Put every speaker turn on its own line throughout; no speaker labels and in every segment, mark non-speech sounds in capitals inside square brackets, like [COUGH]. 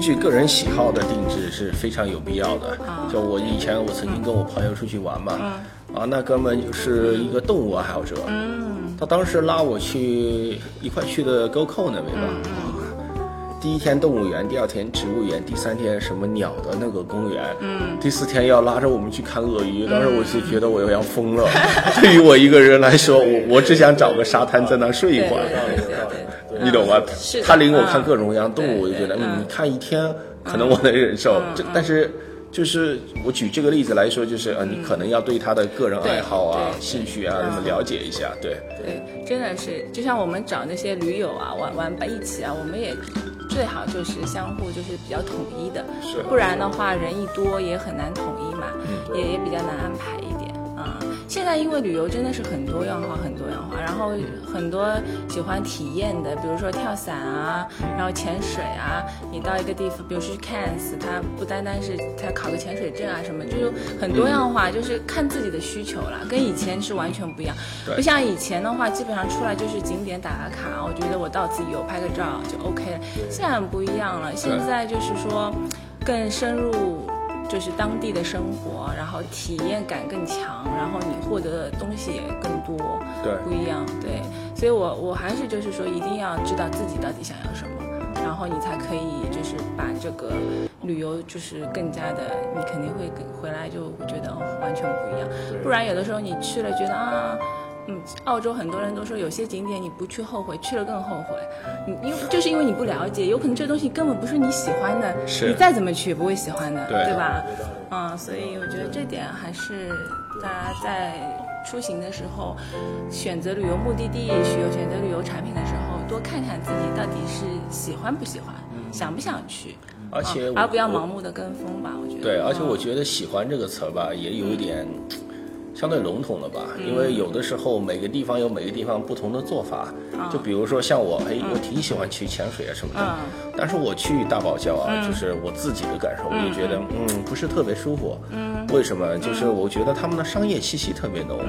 据个人喜好的定制是非常有必要的。
啊
就我以前我曾经跟我朋友出去玩嘛，啊，那哥们是一个动物爱好者，
嗯
他当时拉我去一块去的沟口那边嘛。
嗯
[LAUGHS] 第一天动物园，第二天植物园，第三天什么鸟的那个公园，嗯，第四天要拉着我们去看鳄鱼，当时我就
嗯
觉得我要疯了。 [LAUGHS] 对于我一个人来说，我我只想找个沙滩在那睡一
对
会
对
儿。
对对对对，
你懂吗？
是的
他领我
嗯
看各种各样动物，我就
对
觉得，
对
嗯，你
嗯
看一天可能我能忍受，这但是就是我举这个例子来说，就是呃，你可能要对他的个人爱好啊
嗯对、对嗯
兴趣啊什么了解一下，对，
对，真的是，就像我们找那些驴友啊，玩玩伴一起啊，我们也最好就是相互就是比较统一的，
是
不然的话人一多也很难统一嘛，也也比较难安排一点。啊、现在因为旅游真的是很多样化，很多样化，然后很多喜欢体验的，比如说跳伞啊，然后潜水啊，你到一个地方，比如说去 Cannes，它不单单是它考个潜水证啊什么，就是很多样化，就是看自己的需求啦，跟以前是完全不一样。
对
不像以前的话，基本上出来就是景点打个卡，我觉得我到此一游拍个照就 OK 了。现在很不一样了，现在就是说更深入。就是当地的生活，然后体验感更强，然后你获得的东西也更多，
对
不一样，对。所以我我还是就是说，一定要知道自己到底想要什么，然后你才可以就是把这个旅游就是更加的，你肯定会跟回来就觉得、哦完全不一样。不然有的时候你去了觉得啊。嗯，澳洲很多人都说有些景点你不去后悔，去了更后悔。你因为就是因为你不了解，有可能这东西根本不是你喜欢的，
是
你再怎么去也不会喜欢的，
对
吧？嗯，所以我觉得这点还是大家在出行的时候，选择旅游目的地、选选择旅游产品的时候，多看看自己到底是喜欢不喜欢，想不想去，
而且
啊
嗯我
而不要
我
盲目的跟风吧。我觉得
对，啊而且
嗯
我觉得“喜欢”这个词儿吧，也有一点相对笼统了吧，因为有的时候每个地方有每个地方不同的做法。就比如说像我，哎，我挺喜欢去潜水啊什么的，但是我去大堡礁啊，就是我自己的感受，我就觉得嗯不是特别舒服。嗯，为什么？就是我觉得他们的商业气息特别浓。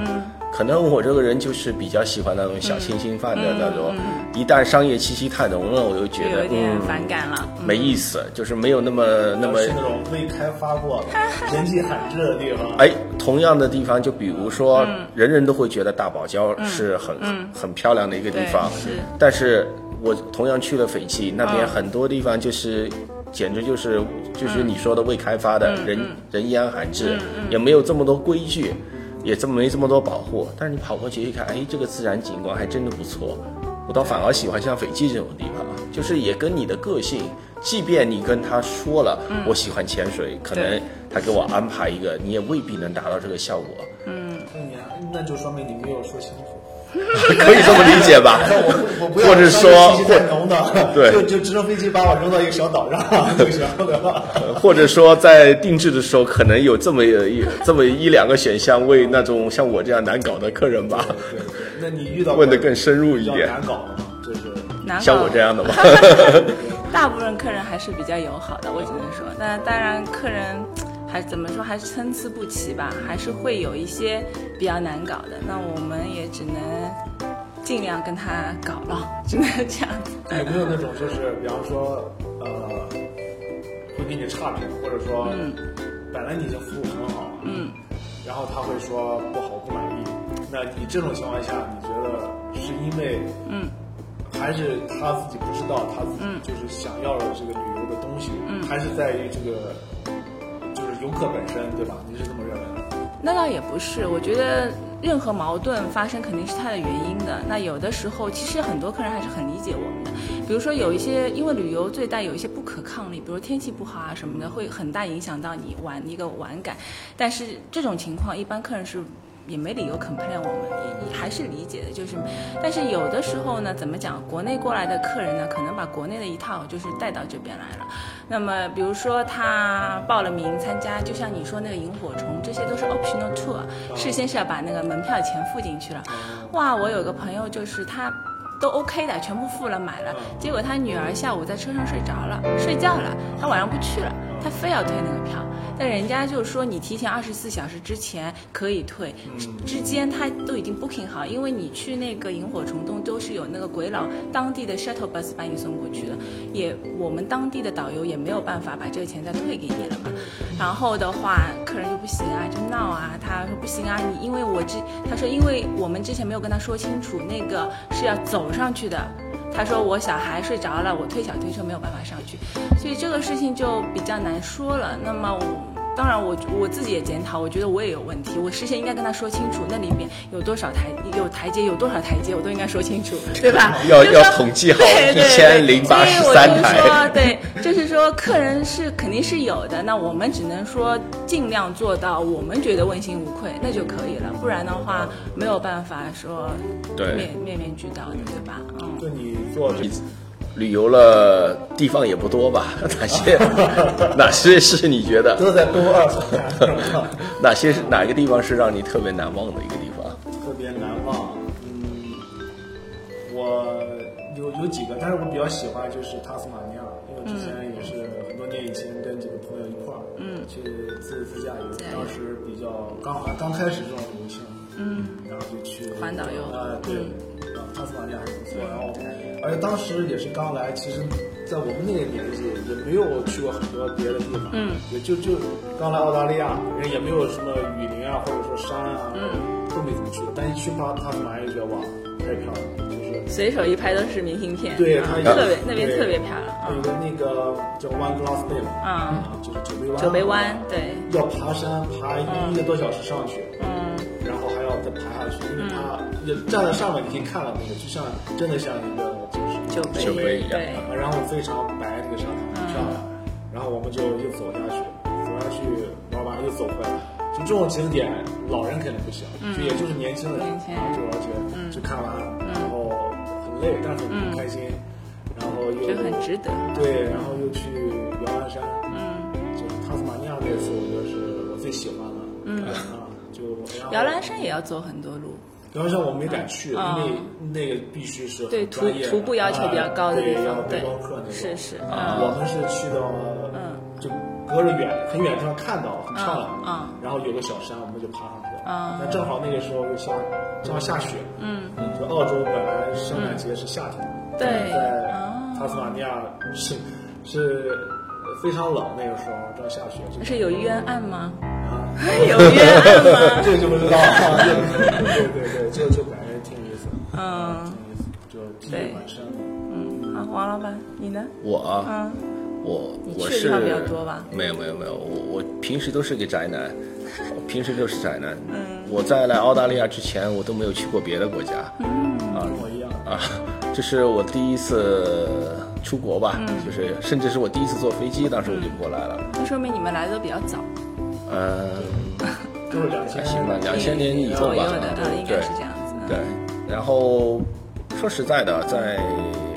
可能我这个人就是比较喜欢那种小清新范的那种，一旦商业气息太浓了，我就觉
就
得
有点
嗯
反感了。嗯
没意思，就是没有那么那么
嗯是那种未开发过的、
[LAUGHS]
人迹罕至的地方。
哎，同样的地方，就比如说，
嗯
人人都会觉得大堡礁是很、很漂亮的一个地嗯方，
对是
但是我同样去了斐济，那边很多地方就是。简直就是就是你说的未开发的、人人烟罕至，也没有这么多规矩，也这么没这么多保护。但是你跑过去一看，哎，这个自然景观还真的不错。我倒反而喜欢像斐济这种地方，就是也跟你的个性，即便你跟他说了、我喜欢潜水，可能
对
他给我安排一个，你也未必能达到这个效果，
那你啊那就说明你没有说清
[LAUGHS]
楚。
可以这么理解吧？
那我我不要
或者说
气息太浓的，
对
[LAUGHS] 就就直升飞机把我扔到一个小岛
[LAUGHS]
上 [LAUGHS] 就行了。
或者说在定制的时候，可能有这么一这么一两个选项，为那种像我这样难搞的客人吧，
对对，那你遇到
问得更深入一
比较
点
难搞的吗？就是
难
像
搞
我这样的吧。
[LAUGHS] 大部分客人还是比较友好的，我只能说，那当然客人还怎么说，还是参差不齐吧，还是会有一些比较难搞的。那我们也只能尽量跟他搞了，只能这样子。
有没有那种就是，比方说呃，会给你差评，或者说、本来你已经服务很好了，嗯，然后他会说不好不满意。那你这种情况下，你觉得是因为嗯？还是他自己不知道，他自己就是想要的这个旅游的东西，还是在于这个就是游客本身，对吧？你是这么认为的？
那倒也不是，我觉得任何矛盾发生肯定是它的原因的。那有的时候，其实很多客人还是很理解我们的。比如说有一些，因为旅游最大有一些不可抗力，比如天气不好啊什么的，会很大影响到你玩一个玩感。但是这种情况，一般客人是。也没理由 complain，我们也也还是理解的，就是，但是有的时候呢，怎么讲，国内过来的客人呢，可能把国内的一套就是带到这边来了，那么，比如说他报了名参加，就像你说那个萤火虫，这些都是 optional tour，事先是要把那个门票钱付进去了。哇，我有个朋友就是他。都 OK 的，全部付了买了，结果他女儿下午在车上睡着了，睡觉了，他晚上不去了，他非要退那个票，但人家就说你提前二十四小时之前可以退，之间他都已经 booking 好，因为你去那个萤火虫洞都是有那个鬼佬当地的 shuttle bus 把你送过去的，也我们当地的导游也没有办法把这个钱再退给你了嘛。然后的话，客人就不行啊，就闹啊，他说不行啊，你因为我之他说因为我们之前没有跟他说清楚，那个是要走上去的。他说我小孩睡着了，我推小推车没有办法上去，所以这个事情就比较难说了。那么我当然我我自己也检讨，我觉得我也有问题，我事先应该跟他说清楚，那里面有多少台有台阶有多少台阶，我都应该说清楚，对吧？
要
就是
要
说
统计好
对对对
1083台
所以我就说， [LAUGHS] 对，就是说客人是肯定是有的，那我们只能说尽量做到我们觉得问心无愧，那就可以了。不然的话没有办法说
对
面面面俱到的，对吧？嗯。
就你做这
你旅游了地方也不多吧？哪些 [LAUGHS] 哪些是你觉得
都在东二 [LAUGHS] 环，
哪些是哪个地方是让你特别难忘的一个地方？
特别难忘。嗯，我有有几个，但是我比较喜欢就是塔斯马尼亚，因为之前也是很多年以前跟几个朋友一块儿，嗯，去自由自驾游，
对
当时比较刚好刚开始这种旅行，嗯，然后就去
环岛游
啊、对，啊塔斯马尼亚还不错，然后而且当时也是刚来，其实。在我们那个年纪，也没有去过很多别的地方，
嗯，
也就就刚来澳大利亚，人也没有什么雨林啊，或者说山啊，
嗯，
都没怎么去过。但一去巴他马就觉得哇，太漂亮了，就是
随手一拍都是明信片，
对
啊
它有
特别那边
对
特别漂亮，
它有
嗯
个那个叫 One Glass Bay 嘛，
嗯，
啊，就是酒杯湾，
九杯湾，，对，
要爬山，爬一个多小时上去，
嗯，
然后还要再爬下去，因为它也站在上面，你可以看到那个，就像真的像一个就是
酒杯，
酒杯一样
对，
啊然后非常白这个沙滩很漂亮，
嗯
然后我们就又走下去，走下去玩完又走回来。就这种景点，老人肯定不行，就也就是年轻人，
嗯年轻人嗯
啊，就而且就看完，然后很累，但是很开心，然后又
就很值得，
对，然后又去摇篮山，
嗯，
就是塔斯马尼亚那次，我觉得是我最喜欢的，嗯啊，就然后
摇篮山也要走很多路，
然后像我没敢去，因
嗯
为那个必须是很
对徒
专业的
徒步要求比较高的地
对要
方，
背
对
包客那，种。啊
是是，
我
嗯，
们是去到呃
嗯
就隔着远很远的地方看到很漂亮，
嗯嗯
然后有个小山，我们就爬上去了。
嗯
那正好那个时候又下正好下雪，
嗯，
就澳洲本来圣诞节是夏天嘛，
对
在
哦
塔斯马尼亚是是非常冷，那个时候正下雪，就
就是有冤案吗？ [LAUGHS]
啊，
有冤案吗？
这个就不知道了，对对对，这个就感觉挺有意思，
嗯
挺有意思，就记忆蛮深的。
嗯， [LAUGHS] 啊，王老板，你呢？
我啊
嗯，
我
你
我
去的
是
地方比较多吧
没有没有没有，我我平时都是个宅男，我平时就是宅男。我在来澳大利亚之前，我都没有去过别的国家。啊
跟我一样，
啊，这是我第一次出国吧，
嗯
就是甚至是我第一次坐飞机，当时我就过来了。
那说明你们来的比较早，
呃，
都是两千
还行吧，两千年以后
左右
吧
的，，嗯，应该是这样子，嗯
对，然后说实在的，在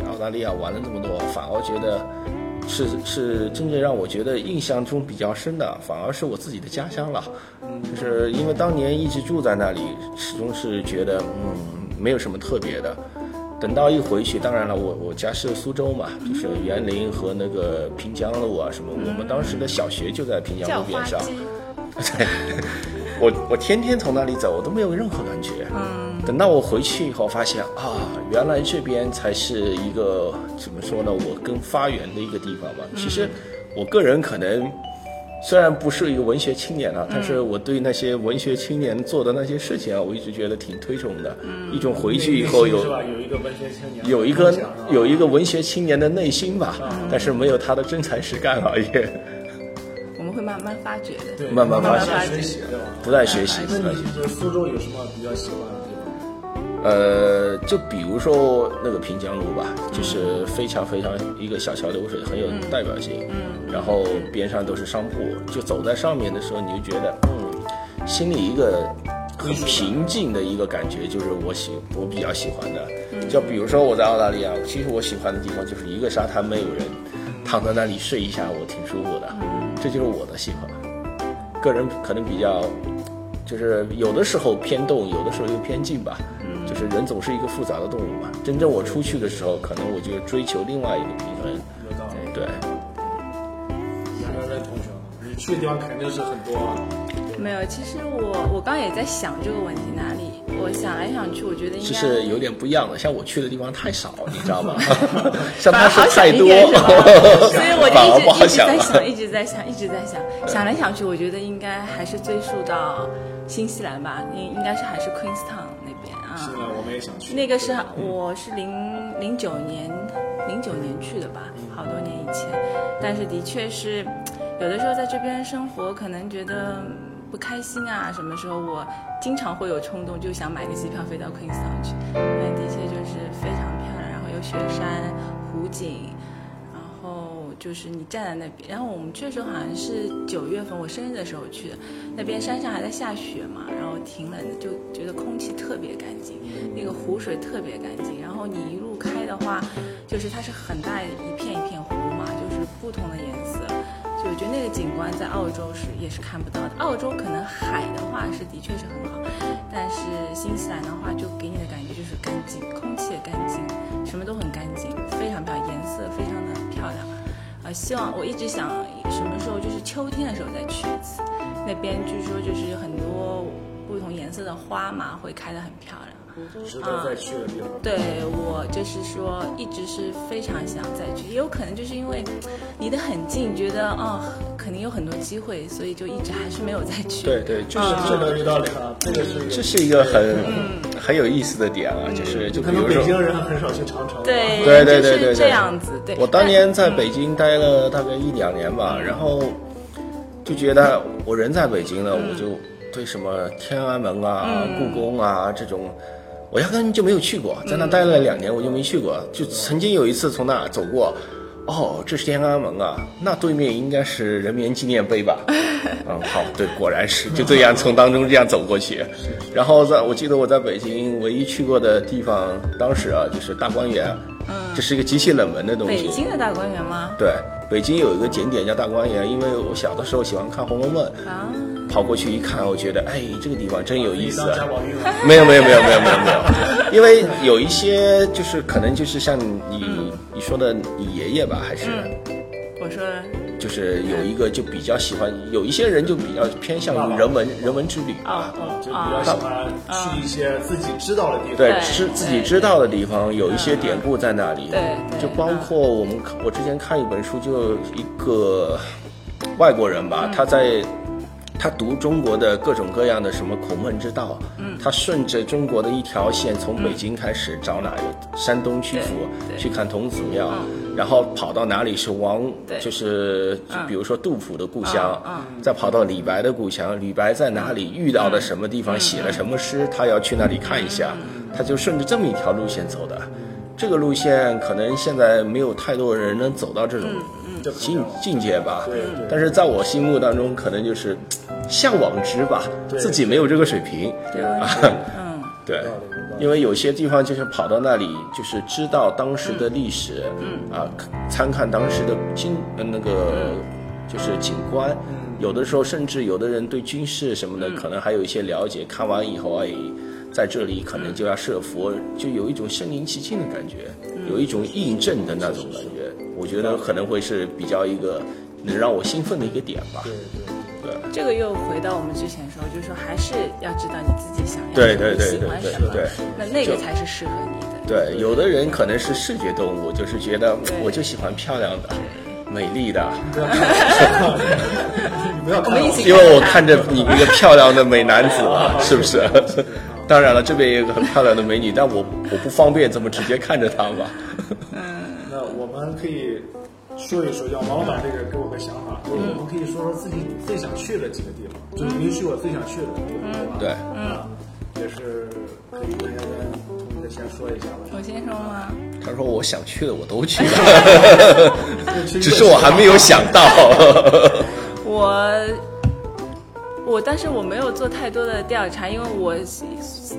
澳大利亚玩了这么多，反而觉得是是真正让我觉得印象中比较深的，反而是我自己的家乡了。就是因为当年一直住在那里，始终是觉得嗯没有什么特别的。等到一回去，当然了，我我家是苏州嘛，就是园林和那个平江路啊什么，我们当时的小学就在平江
叫
路边
花
上。
鸡，
对，我我天天从那里走，我都没有任何感觉。嗯，等到我回去以后，发现啊，原来这边才是一个怎么说呢，我更发源的一个地方吧。
嗯
其实，我个人可能虽然不是一个文学青年
嗯
啊，但是我对那些文学青年做的那些事情啊，我一直觉得挺推崇的。一种回去以后有
嗯是吧？有一个文学青年，
有一个
梦想是吧嗯
有一个文学青年的内心吧，但是没有他的真才实干而已。 [LAUGHS]
我们会慢慢发掘的。
对
慢慢
慢
发
学
掘
习，对吧？
不断学习，不
那
断
你
学习。
就是苏州有什么比较喜欢的地方？
呃，就比如说那个平江路吧，就是非常非常一个小桥流水，很有代表性。嗯，然后边上都是商铺，就走在上面的时候，你就觉得，嗯，心里一个很平静的一个感觉，就是我喜我比较喜欢的。就比如说我在澳大利亚，其实我喜欢的地方就是一个沙滩没有人，躺在那里睡一下，我挺舒服的，这就是我的喜欢。个人可能比较就是有的时候偏动，有的时候又偏静吧。就是人总是一个复杂的动物嘛。真正我出去的时候，可能我就追求另外一个平衡。
有道理。
对，
原来在同去的地方肯定是很多。
没有，其实我我刚也在想这个问题哪里，我想来想去，我觉得应该
就是有点不一样的。像我去的地方太少，你知道
[LAUGHS]
吗？像他
反而好
是
想
太
一
多，[LAUGHS]
点是吧所以我
反而不
就
好
一直一直
想
在
了。
想，一直在想，一直在想，想来想去，我觉得应该还是追溯到新西兰吧，应应该是还是 Queenstown 那边
是
啊。
的，我们也想去。
那个是我是零零九年零九年去的吧，好多年以前，但是的确是有的时候在这边生活，可能觉得。不开心啊，什么时候我经常会有冲动，就想买个机票飞到 Queenstown 去，因为的确就是非常漂亮，然后有雪山、湖景，然后就是你站在那边，然后我们去的时候好像是九月份我生日的时候去的，那边山上还在下雪嘛，然后挺冷的，就觉得空气特别干净，那个湖水特别干净，然后你一路开的话，就是它是很大一片一片湖嘛，就是不同的颜色。就我觉得那个景观在澳洲是也是看不到的。澳洲可能海的话是的确是很好，但是新西兰的话就给你的感觉就是干净，空气也干净，什么都很干净，非常漂亮，颜色非常的漂亮。呃，希望我一直想什么时候就是秋天的时候再去一次，那边据说就是有很多不同颜色的花嘛，会开得很漂亮。
值得再去的地方。
对我就是说，一直是非常想再去，也有可能就是因为离得很近，觉得哦，肯定有很多机会，所以就一直还是没有再
[LAUGHS]
去。
对，对，就是
嗯
这
这
个，
个有道理啊，这个是一个
这是一个很很有意思的点啊，就是就比
可能
如
北
说。
京人很少去长城。
对
对对对对
就是这
对
样子。对，嗯
我当年在北京待了大概一两年吧，然后就觉得我人在北京呢，
嗯
我就对什么天安门啊、故宫啊这种，我压根就没有去过，
嗯
在那待了两年我就没去过，就曾经有一次从那儿走过。哦，这是天安门啊！那对面应该是人民纪念碑
[LAUGHS]
吧？嗯，好，对，果然是，就这样从当中这样走过去。然后在我记得我在北京唯一去过的地方，当时啊就是大观园，这是一个极其冷门的东西。
嗯北京的大观园吗？
对，北京有一个景点叫大观园，因为我小的时候喜欢看《红楼梦》，
啊，
跑过去一看，我觉得哎，这个地方真有意思
当。贾宝玉吗？
没有没有没有没有没有没有，因为有一些就是可能就是像你、你说的，你爷爷吧，还是、
我说
就是有一个就比较喜欢，有一些人就比较偏向于人文人文之旅
啊
啊。
啊，就
我
比较
啊，
喜欢去一些自己知道的地方。
对
对，
知
对
自己知道的地方有一些典故在那里，
对对
就包括我们看我之前看一本书，就一个外国人
嗯
吧，他在他读中国的各种各样的什么孔孟之道，
嗯
他顺着中国的一条线，从北京开始找哪个山东曲阜
对对
去看童子庙，然后跑到哪里是王，
对
就是就比如说杜甫的故乡，再跑到李白的故乡，李白在哪里遇到了什么地方，写了什么诗，他要去那里看一下，他就顺着这么一条路线走的。这个路线可能现在没有太多人能走到这种
这不一
境
样
境界吧
对对，
但是在我心目当中，可能就是向往之吧，
对
自己没有这个水平，
对
[LAUGHS]
嗯，
对
道理有道，理
因为有些地方就是跑到那里，就是知道当时的历史，嗯啊，参看当时的景呃那个就是景观，有的时候甚至有的人对军事什么的可能还有一些了解，看完以后哎，在这里可能就要设伏，就有一种身临其境的感觉，有一种印证的那种感觉，我觉得可能会是比较一个能让我兴奋的一个点吧。
对对对。
这个又回到我们之前说，就是说还是要知道你自己想要
对
什么
对对
喜欢
对
什么
对，
那那
就
个
哦
才是适合你的。
对，有的人可能是视觉动物，就是觉得
对
我就喜欢漂亮的、美丽的，
不要看，你不要看
我们一起
因为我看着你一个漂亮的美男子
[LAUGHS]
啊，是不是？当然了，这边也有个很漂亮的美女，但我我不方便这么直接看着她嘛。
那我们可以说一说，像王老板这个给我个想法，就是我们可以说说自己最想去的几个地方，就是你去过最想去的地方，对吧？
对，
啊，也是可以跟同学先说一下吧。
我先说吗？
他说我想去的我都去
[LAUGHS]
了，只是我还没有想到。
我我，但是我没有做太多的调查，因为我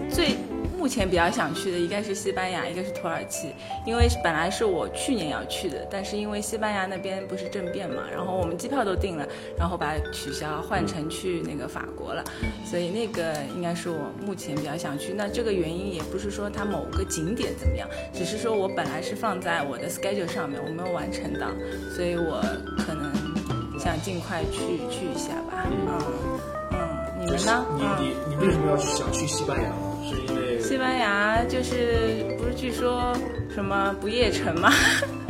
最目前比较想去的，应该是西班牙，一个是土耳其，因为本来是我去年要去的，但是因为西班牙那边不是政变嘛，然后我们机票都订了，然后把它取消，换成去那个法国了，所以那个应该是我目前比较想去。那这个原因也不是说它某个景点怎么样，只是说我本来是放在我的 schedule 上面，我没有完成到，所以我可能。想尽快去去一下吧。嗯嗯，你们呢？
你
嗯
你你为什么要去想去西班牙？是因为
西班牙就是不是据说什么不夜城吗？ [LAUGHS]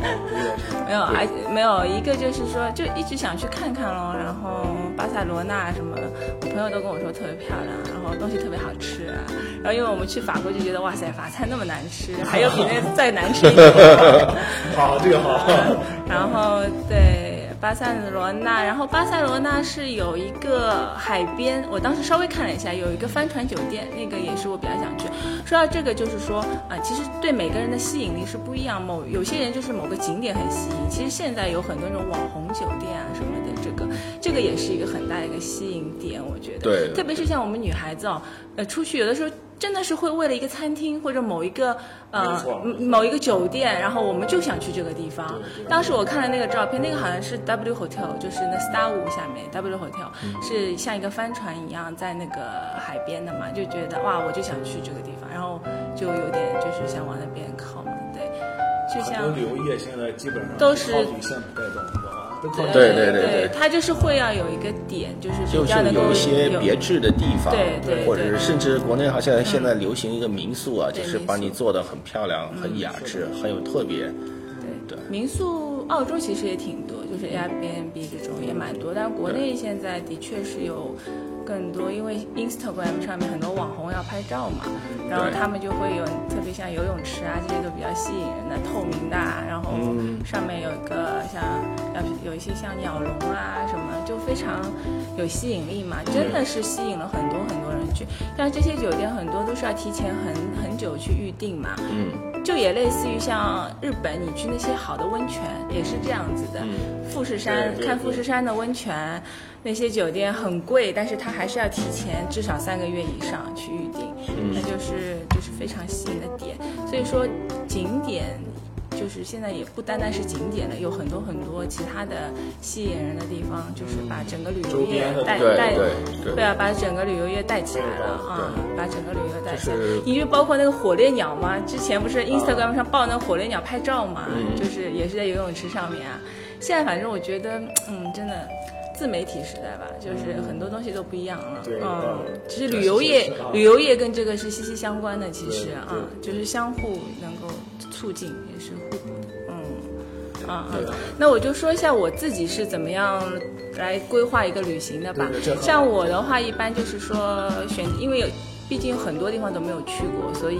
没有，而没有一个就是说就一直想去看看咯。然后巴塞罗那什么，我朋友都跟我说特别漂亮，然后东西特别好吃、啊。然后因为我们去法国就觉得哇塞，法餐那么难吃，还
[LAUGHS]
有比那再难吃一点 [LAUGHS] 的。
好，这个好，
嗯 [LAUGHS] 然后对巴塞罗那，然后巴塞罗那是有一个海边，我当时稍微看了一下，有一个帆船酒店，那个也是我比较想去。说到这个，就是说啊、其实对每个人的吸引力是不一样，某有些人就是某个景点很吸引，其实现在有很多那种网红酒店啊什么的，这个这个也是一个很大的一个吸引点，我觉得。
对
特别是像我们女孩子哦，呃，出去有的时候真的是会为了一个餐厅或者某一个
没
呃
错
嗯某一个酒店，然后我们就想去这个地方。当时我看了那个照片，那个好像是 W Hotel，就是那 Star 五下面 W Hotel，、是
嗯
像一个帆船一样在那个海边的嘛，就觉得哇，我就想去这个地方，然后就有点就是想往那边靠嘛，对，就
很
像
多旅游业现在基本上
都是
靠旅线不带动，你知道吧？都靠
对对对对
对，它就是会要有一个点，就是
就
比
是
较能够
有一些别致的地方，
对对
或者
对
是甚至国内好像现在流行一个民宿啊，
对嗯
就是把你做的很漂亮、很雅致、很有特别。
对
嗯对嗯
民宿澳洲其实也挺多，就是 Airbnb 这种也蛮多，但是国内现在的确是有更多，因为 Instagram 上面很多网红要拍照嘛，然后
嗯对
他
嗯
们就会有特别像游泳池啊这些都比较吸引人的，透明的啊，然后
嗯
上面有一个像要有一些像鸟笼啊什么，就非常有吸引力嘛，真的是吸引了很多很多人去。但是这些酒店很多都是要提前很很久去预定嘛，
嗯，
就也类似于像日本，你去那些好的温泉也是这样子的。富士山
嗯对对
看
对
富士山的温泉，那些酒店很贵，但是它还是要提前至少三个月以上去预定，那就是就是非常吸引的点。所以说景点。就是现在也不单单是景点了，有很多很多其他的吸引人的地方，就是把整个旅游
周
业
边的
带
对
带
对对
对啊，把整个旅游业带起来了
对
啊、把整个旅游带起来。
就是
你就包括那个火烈鸟嘛，之前
啊
不是 Instagram 上爆那个火烈鸟拍照嘛，
嗯
就是也是在游泳池上面啊。现在反正我觉得，嗯，真的。自媒体时代吧，就是很多东西都不一样了。
嗯对
嗯
嗯，
其实旅游业
是是啊，
旅游业跟这个是息息相关的。其实
对
啊，就是相互能够促进，也是互补的。嗯，啊啊
对的。
那我就说一下我自己是怎么样来规划一个旅行的吧。
对对这很好
像我的话，一般就是说选，因为有，毕竟很多地方都没有去过，所以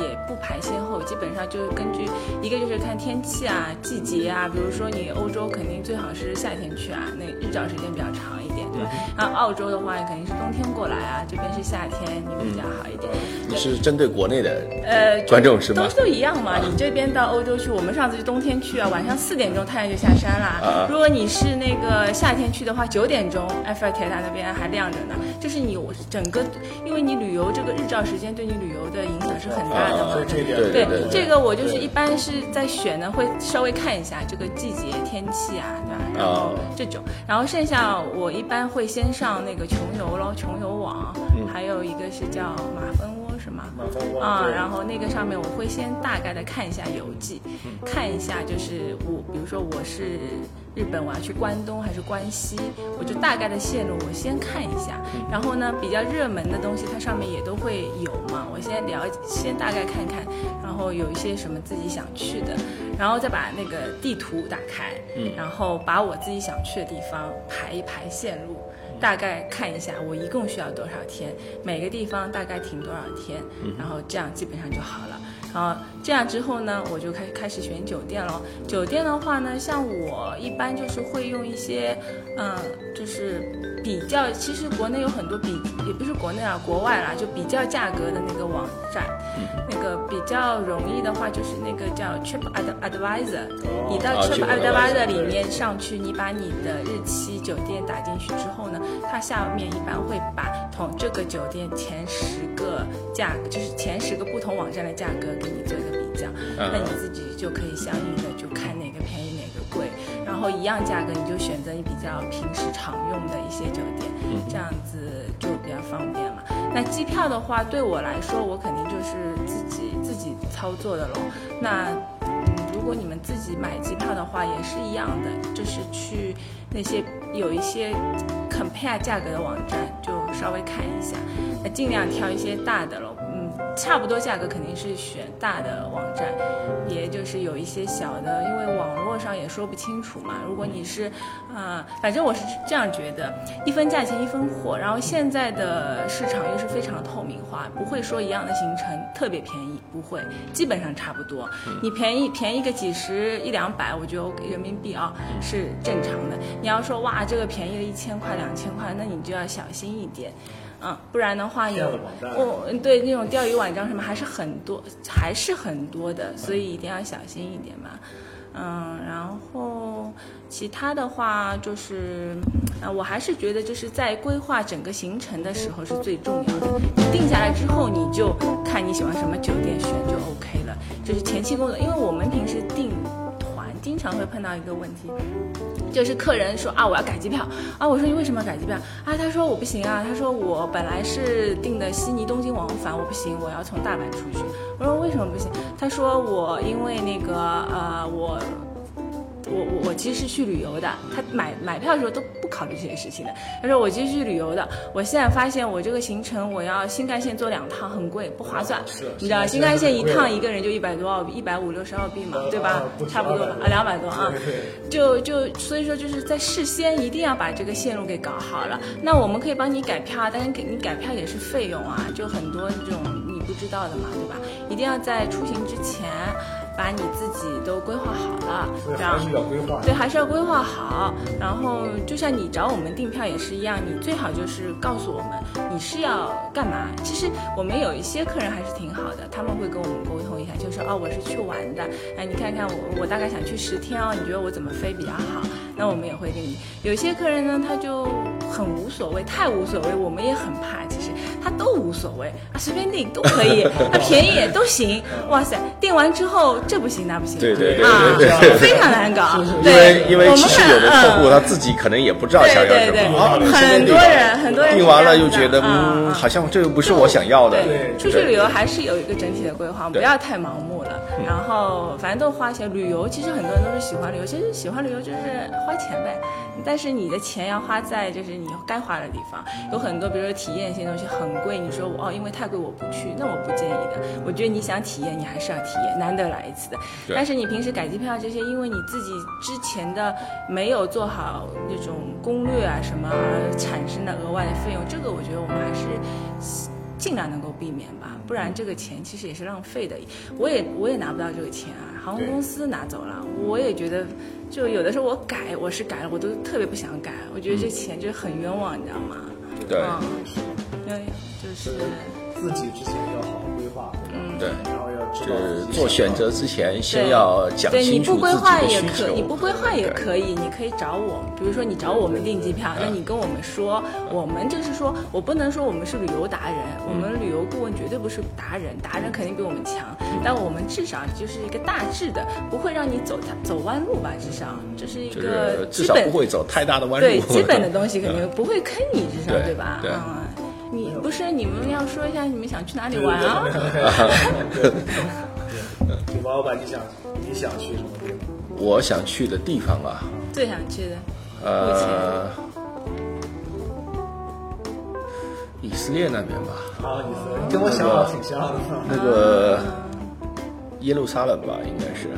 也不排先后，基本上就是根据一个就是看天气啊、季节啊，比如说你欧洲肯定最好是夏天去啊，那日照时间比较长一点，对吧？然后澳洲的话肯定是冬天过来啊，这边是夏天，你们比较好一点。
你是针对国内的
呃，
观众是吗
都？都一样嘛。你这边到欧洲去，我们上次是冬天去啊，晚上四点钟太阳就下山啦
啊。
如果你是那个夏天去的话，九点钟埃菲尔铁塔那边还亮着呢。就是你整个，因为你旅游这个日照时间对你旅游的影响是很大的嘛
啊。这点
对
对对对
这个我就是
对
一般是在选呢，会稍微看一下这个季节、天气啊，对吧？然后
哦
这种，然后剩下我一般会先上那个穷游咯，穷游网，还有一个是叫马蜂窝是吗？
马蜂窝
啊，
对
然后那个上面我会先大概的看一下游记，看一下就是我，比如说我是日本，我要去关东还是关西，我就大概的线路我先看一下。然后呢，比较热门的东西它上面也都会有嘛，我先了解，先大概看看，然后有一些什么自己想去的，然后再把那个地图打开，然后把我自己想去的地方排一排线路。大概看一下我一共需要多少天，每个地方大概停多少天，然后这样基本上就好了。然后这样之后呢，我就开开始选酒店了。酒店的话呢，像我一般就是会用一些，嗯，就是比较，其实国内有很多比，也不是国内啊，国外啦，就比较价格的那个网站。那个比较容易的话，就是那个叫 Trip Ad Advisor，、
哦
你到
啊
Trip
TripAdvisor
Advisor 里面上去，你把你的日期、酒店打进去之后呢，它下面一般会把同这个酒店前十个价，就是前十个不同网站的价格给你做一个比较，
嗯
那你自己就可以相应的就看哪个便宜哪个贵，然后一样价格你就选择你比较平时常用的一些酒店，
嗯
这样子就比较方便嘛。那机票的话，对我来说，我肯定就是自己自己操作的喽。那嗯，如果你们自己买机票的话，也是一样的，就是去那些有一些 compare 价格的网站，就稍微看一下，那尽量挑一些大的咯。嗯，差不多价格肯定是选大的网站，也就是有一些小的，因为网络上也说不清楚嘛。如果你是，啊、反正我是这样觉得，一分价钱一分货。然后现在的市场又是非常透明化，不会说一样的行程特别便宜，不会，基本上差不多。
嗯
你便宜便宜个几十一两百，我觉得 OK 人民币啊
嗯
是正常的。你要说哇这个便宜了一千块两千块，那你就要小心一点。嗯，不然的话
这
有
样的网站
我对那种钓鱼网站什么还是很多，还是很多的，所以一定要小心一点嘛。嗯，然后其他的话就是，呃，我还是觉得就是在规划整个行程的时候是最重要的。你定下来之后，你就看你喜欢什么酒店选就 OK 了。就是前期工作，因为我们平时订团经常会碰到一个问题，就是客人说啊，我要改机票啊，我说你为什么要改机票啊？他说我不行啊，他说我本来是订的悉尼东京往返，我不行，我要从大阪出去。我说为什么不行？他说我因为那个呃我。我我我其实是去旅游的，他买买票的时候都不考虑这些事情的。他说我其实去旅游的，我现在发现我这个行程我要新干线坐两趟很贵，不划算。
是
你知道新
新
干
干线
线一
很贵的
趟一个人就一百多澳币，一百五六十澳币嘛，
呃
对吧
呃不？止
差不多吧，啊，两百多啊。
[LAUGHS] 对
就就所以说就是在事先一定要把这个线路给搞好了。那我们可以帮你改票啊，但是给你改票也是费用啊，就很多这种你不知道的嘛，对吧？一定要在出行之前把你自己都规划好了
所以，
然
还
后
是。要规划。
对，还是要规划好。然后就像你找我们订票也是一样，你最好就是告诉我们你是要干嘛。其实我们有一些客人还是挺好的，他们会跟我们沟通一下，就说哦我是去玩的，哎你看看我我大概想去十天哦，你觉得我怎么飞比较好？那我们也会给你。有些客人呢他就很无所谓，太无所谓，我们也很怕。其实他都无所谓啊，随便订都可以，啊便宜也都行。哇塞，订完之后这不行那不行，
对对对
啊
对对对
非常难搞。
因为
对
因为
我们
其实
看
有的客户
嗯
他自己可能也不知道想要
对对
什
对
么，，
啊
很多人很多人
定
是
完
这
了
样
又
子
觉
的
得嗯，
嗯
好像这个不是我想要的，
对，出去
对嗯
旅游还是有一个整体的规划，不要太盲目了。然后反正都花钱，旅游其实很多人都是喜欢旅游，其实喜欢旅游就是花钱呗。但是你的钱要花在就是你该花的地方，有很多比如说体验性的东西很贵，你说我哦因为太贵我不去，那我不建议的。我觉得你想体验，你还是要体验，难得来一次的。
对
但是你平时改机票这些，因为你自己之前的没有做好那种攻略啊什么而产生的额外的费用，这个我觉得我们还是尽量能够避免吧，不然这个钱其实也是浪费的。我也我也拿不到这个钱啊，航空公司拿走了，我也觉得，就有的时候我改，我是改了，我都特别不想改，我觉得这钱就是很冤枉，你知道吗？
对
嗯，因为就是
自己之前要好好规划，对
嗯
吧？
对。
然后要知
就
道
是
自己
做选
想要
择之前，先要讲
对你
清楚
不
自
规划也
己的需
可，
求。
你不规划也
对
可以，你可以找我，比如说你找我们订机票，那你跟我们说，我们就是说我不能说我们是旅游达人，我们旅游顾问绝对不是达人，达人肯定比我们强，
嗯
但我们至少就是一个大致的，不会让你走走弯路吧，至少这是一
就是
个
至
基
少
本
不会走太大的弯路。
对基本的东西肯定不会坑你，至少
对
对吧？
对
嗯。你不是你们要说一下你们想去哪里
对
玩啊？
[LAUGHS]
对对对对，王老板，你想你想去什么地方？
我想去的地方啊，
最想去的，目前
呃，以色列那边吧，
啊，你说跟我想法挺像的。 [LAUGHS]
那个
嗯
耶路撒冷吧，应该是。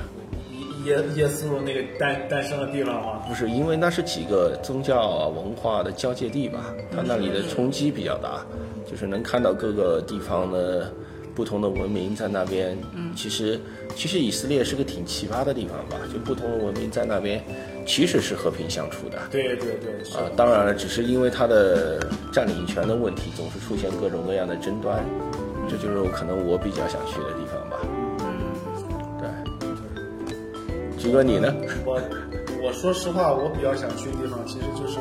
耶耶稣那个诞诞生的地方吗？
不是，因为那是几个宗教啊文化的交界地吧，它那里的冲击比较大，就是能看到各个地方的不同的文明在那边。嗯，其实其实以色列是个挺奇葩的地方吧，就不同的文明在那边其实是和平相处的。
对对对，是
啊，当然了，只是因为它的占领权的问题，总是出现各种各样的争端，这就是我可能我比较想去的地方吧。对，菊哥你呢？
我我说实话，我比较想去的地方其实就是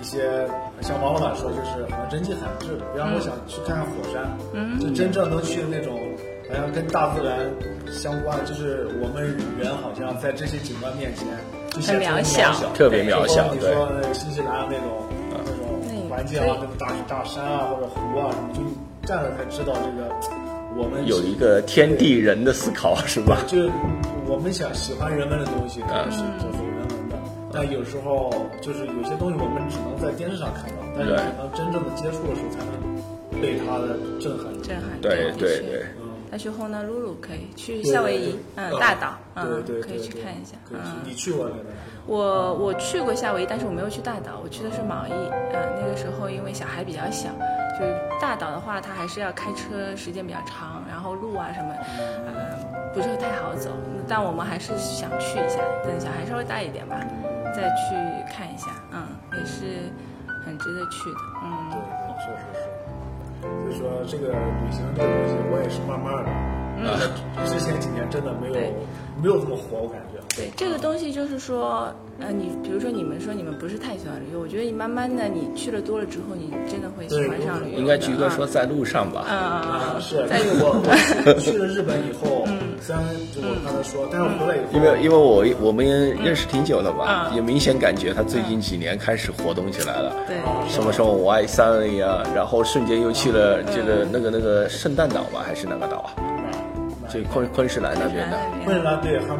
一些像王老板说，就是好像人迹罕至，比
嗯
方我想去看看火山，嗯，就真正能去的那种，好像跟大自然相关，就是我们人好像在这些景观面前就显得
很
很
渺小
特别渺小
你
对嗯
说那个新西兰那种那种环境啊，那种大大山啊或者湖啊什么，就你站了才知道这个我们
有一个天地人的思考是吧？
就我们想喜欢人文的东西，它是走人文的。但有时候就是有些东西，我们只能在电视上看到，但
对
是可能真正的接触的时候，才能被它的震撼。
震撼。
对
的
对
确
对，
嗯，
那去后呢，露露可以去
对
夏威夷，
对
嗯，
对
大岛，
对
嗯，
对，
可以
对
去
对
看一下，
可以去
嗯。
你去过那个？
我我去过夏威夷，但是我没有去大岛，我去的是毛伊。呃，那个时候因为小孩比较小，就是大岛的话，它还是要开车时间比较长，然后路啊什么，呃，不是太好走。但我们还是想去一下，等小孩稍微大一点吧，再去看一下。嗯，也是很值得去的。
对
嗯，
对，是是是。所以说，这个旅行这个东西，我也是慢慢的。嗯，之前几年真的没有
对
没有这么火，我感觉。
对，这个东西就是说，呃，你比如说你们说你们不是太喜欢旅游，我觉得你慢慢的你去了多了之后，你真的会喜欢上旅游的。
应该菊哥
嗯
说在路上吧。
嗯嗯嗯，
是，
在
但是
日 [LAUGHS]
我我去了日本以后，
嗯
虽然就我刚才说，但是我回来以后，
因为因为我我们认识挺久了嘛，
嗯
也明显感觉他最近几年开始活动起来了。
对，
什么时候我爱三里啊，然后瞬间又去了这个那个那个圣诞岛吧，还是哪个岛啊？就昆昆士兰那边的
那
昆
边
士兰对他们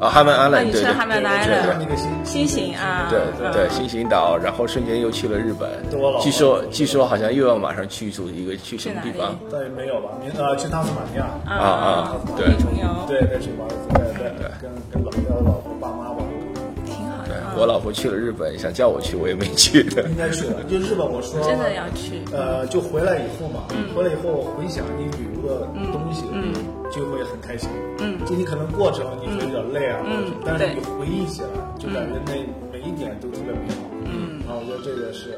他
啊，哈曼安
嗯那
兰，
你
对
去
对
还蛮难
对对
的
对，对
新型啊，
对对
嗯
对，新兴岛，然后瞬间又去了日本
多了，
据说据说好像又要马上去住一个去什么
去哪
地
里？
方？
倒也没有吧，您呃去塔斯马尼亚，
啊
啊啊对
地中游，
对对去玩儿，对对对，跟跟老家的老婆爸妈玩儿，
挺好
对
的，啊
我老婆去了日本，想叫我去，我也没去。
应该去了。就日本我说
真的要去，嗯
呃，就回来以后嘛，回来以后回想你旅游的东西，就会很开心。
嗯
就你可能过程你会有点累啊，
嗯
但是
对嗯
你回忆起来，就感觉那每一点都特别美好。嗯，啊，我觉得这个是。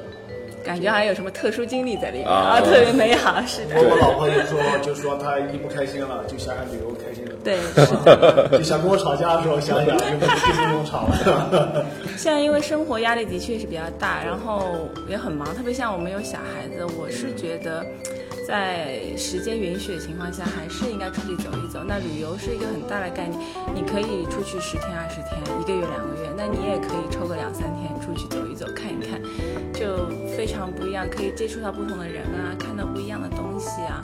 感觉好像有什么特殊经历在里面
啊
啊，特别美好，是
我
的，
我老婆也说，就说她一不开心了，就想想旅游开心了。
对
啊， [LAUGHS] 就想跟我吵架的时候想想，就不跟我吵了。
[LAUGHS] 现在因为生活压力的确是比较大，然后也很忙，特别像我们有小孩子，我是觉得。在时间允许的情况下，还是应该出去走一走。那旅游是一个很大的概念，你可以出去十天、二十天，一个月、两个月，那你也可以抽个两三天出去走一走、看一看，就非常不一样，可以接触到不同的人啊，看到不一样的东西啊。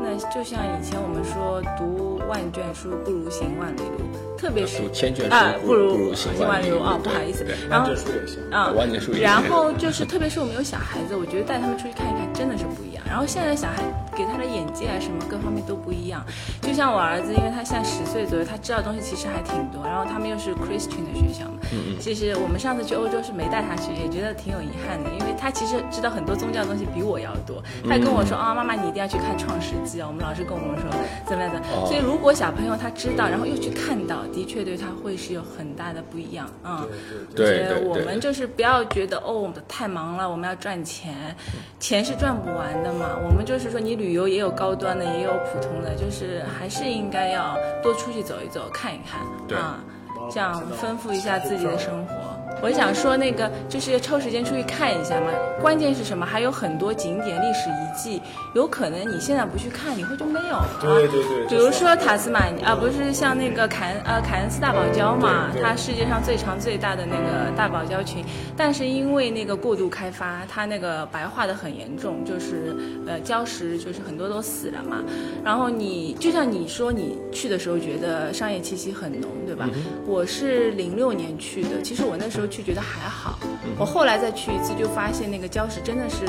那就像以前我们说，读万卷书不如行万里路，特别是
读千卷书
啊，
不
不
如不
如
如行万
万
里
里路
路
啊，不
对
好意思
对。
然后
这书也行。
啊，
万年树也
然
是
后就是，特别是我们有小孩子，我觉得带他们出去看一看真的是不一样。然后现在小孩给他的眼界啊什么各方面都不一样。就像我儿子，因为他现在十岁左右，他知道的东西其实还挺多。然后他们又是 Christian 的学校嘛，
嗯
其实我们上次去欧洲是没带他去，也觉得挺有遗憾的，因为他其实知道很多宗教的东西比我要多。
嗯
他跟我说啊，妈妈你一定要去看《创世纪》啊，我们老师跟我们说怎么样怎么
哦
样。所以如果小朋友他知道，然后又去看到，的确对他会是有很大的不一样啊。嗯
[LAUGHS] 对
觉得
对
我
对
们就是不要觉得哦，我们太忙了，我们要赚钱，钱是赚不完的嘛。我们就是说，你旅游也有高端的，也有普通的，就是还是应该要多出去走一走，看一看，
对
啊
我，
这样
知道
丰富一下自己的生活。我想说，那个就是抽时间出去看一下嘛。关键是什么？还有很多景点、历史遗迹，有可能你现在不去看，以后就没有了。
对对对
比如说塔斯马尼啊，不是像那个凯恩呃凯恩斯大堡礁嘛
对，对
它世界上最长最大的那个大堡礁群，但是因为那个过度开发，它那个白化的很严重，就是呃礁石就是很多都死了嘛。然后你就像你说你去的时候觉得商业气息很浓，对
嗯
吧？我是零六年去的，其实我那时候去觉得还好，
嗯
我后来再去一次就发现那个礁石真的是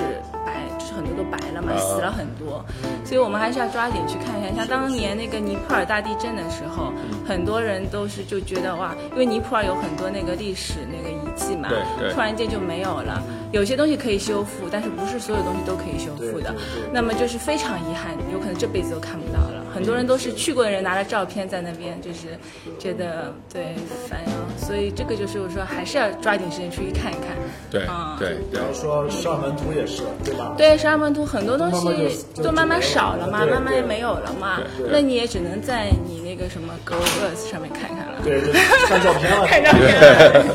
白，就是很多都白了嘛，
啊
死了很多，所以我们还是要抓紧去看一看。像当年那个尼泊尔大地震的时候，
嗯
很多人都是就觉得哇，因为尼泊尔有很多那个历史那个遗迹嘛
对，对
突然间就没有了。有些东西可以修复，但是不是所有东西都可以修复的
对对对。
那么就是非常遗憾，有可能这辈子都看不到了。很多人都是去过的人拿了照片在那边，就是觉得对烦忧，所以这个就是我说还是要抓紧时间出去看一看。
对
啊
对
比
对
方说上门图也是，对吧？
对，沙门图很多东
慢慢就
西
就
都慢慢少了嘛，
对对
慢慢也没有了嘛
对，
那你也只能在你那个什么 Google Earth 上面看看了。
对对，看照片了。
看照片，